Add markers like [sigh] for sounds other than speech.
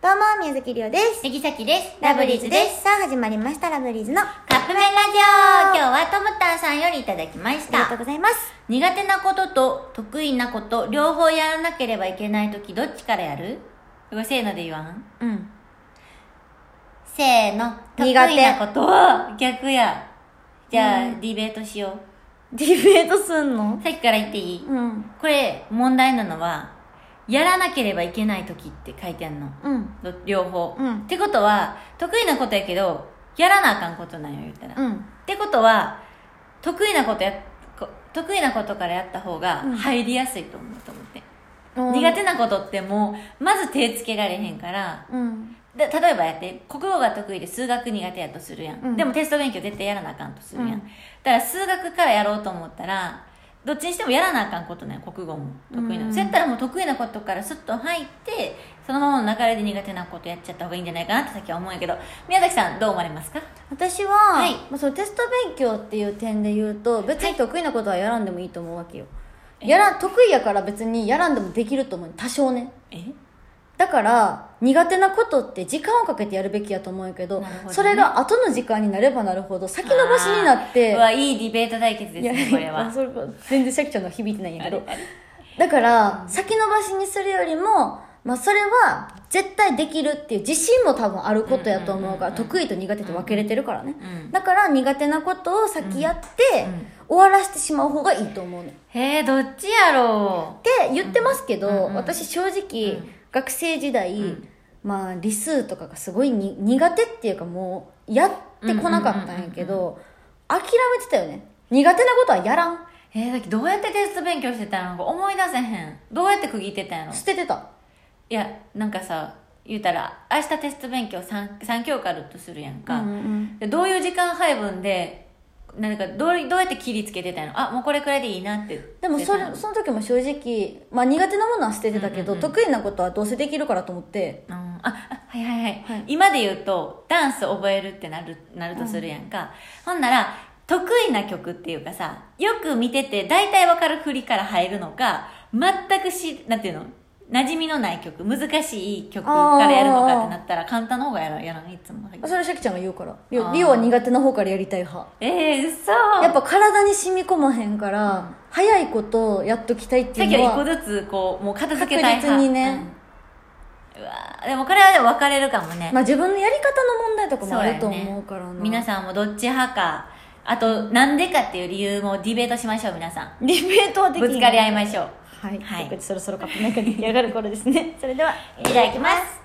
どうも、宮崎りおです。杉崎です。ラブリーズです。さあ、始まりました、ラブリーズの。あカップ麺ラジオ今日はトムタンさんよりいただきましりがとうた。ございます。苦手なことと得意なこと、両方やらなければいけないとき、どっちからやるこれせーので言わんうん。せーの。得意苦手なことは逆や。じゃあ、うんディベートしよディベートすんのう。さっきから言っていいうん。これ、問題なのは、やらなければいけないときって書いてあるの。うん。ど両方。うんってことは、得意なことやけど、やらなあかんことなんよ、言ったら。うん。ってことは得意なことやこ得意なことからやった方がうん入りやすいと思うと思って、うん苦。手なことってもうまず手つけられへんからうん。だ例えばやって国語が得意で数学苦手やとするやん、うんでもテスト勉強絶対やらなあかんとするやん、うんだから数学からやろうと思ったらどっちにしてもやらなあかんことね国語も得意な、うんそうやったらもう得意なことからスッと入ってそのままの流れで苦手なことやっちゃった方がいいんじゃないかなってさっきは思うんやけど宮崎さんどう思われますか私は、はいまあ、そのテスト勉強っていう点で言うと、別に得意なことはやらんでもいいと思うわけよ。えやら、得意やから別にやらんでもできると思う。多少ね。えだから、苦手なことって時間をかけてやるべきやと思うけど、なるほどねそれが後の時間になればなるほど先延ばしになって、あーうわいいディベート対決ですいやねこれはあそれは全然シャキちゃんのは響いてないんやけどだから先延ばしにするよりも、まあ、それは絶対できるっていう自信も多分あることやと思うからうんうんうんうん得意と苦手と分けれてるからねうんだから苦手なことを先やってうんうん終わらせてしまう方がいいと思うの。っへえどっちやろて言ってますけど、うんうんうん私正直、うん学生時代、んまあ理数とかがすごいに苦手っていうかもうやってこなかったんやけど諦めてたよね苦手なことはやらんうえー、だっけどうやってテスト勉強してたのなんか思い出せへんどうやって区切ってたんやろい捨ててたやなんかさ言うたら明日テスト勉強 3, 3教科あるとするやんか、でどういう時間配分でなんかどうどうやって切りつけてたのあもうこれくらいでいいなってでもそれうんその時も正直、まあ、苦手なものは捨ててたけど、うんうんうん得意なことはどうせできるからと思ってああはいはいはい、はい今で言うとダンス覚えるってなるなるとするやんか、ほんなら得意な曲っていうかさよく見てて大体わかる振りから入るのか全くしなんていうの馴染みのない曲難しい曲からやるのかってなったら簡単の方がやらんやらんいつもそれはシャキちゃんが言うからリあオーリオは苦手な方からやりたい派ええー、嘘やっぱ体に染み込まへんから、早いことをやっときたいってさっいきうのは一個はずつこうもう片付けたい派確実にねうんうわーでもこれはでも分かれるかもねまあ、自分のやり方の問題とかもそうあやると思うからな、ね、皆さんもどっち派かあとなんでかっていう理由もディベートしましょう皆さんディベートはできぶつかり合いまましょうはい、はい [laughs] ということでそろそろカップ麺が出来上がる頃ですねそれではいただきます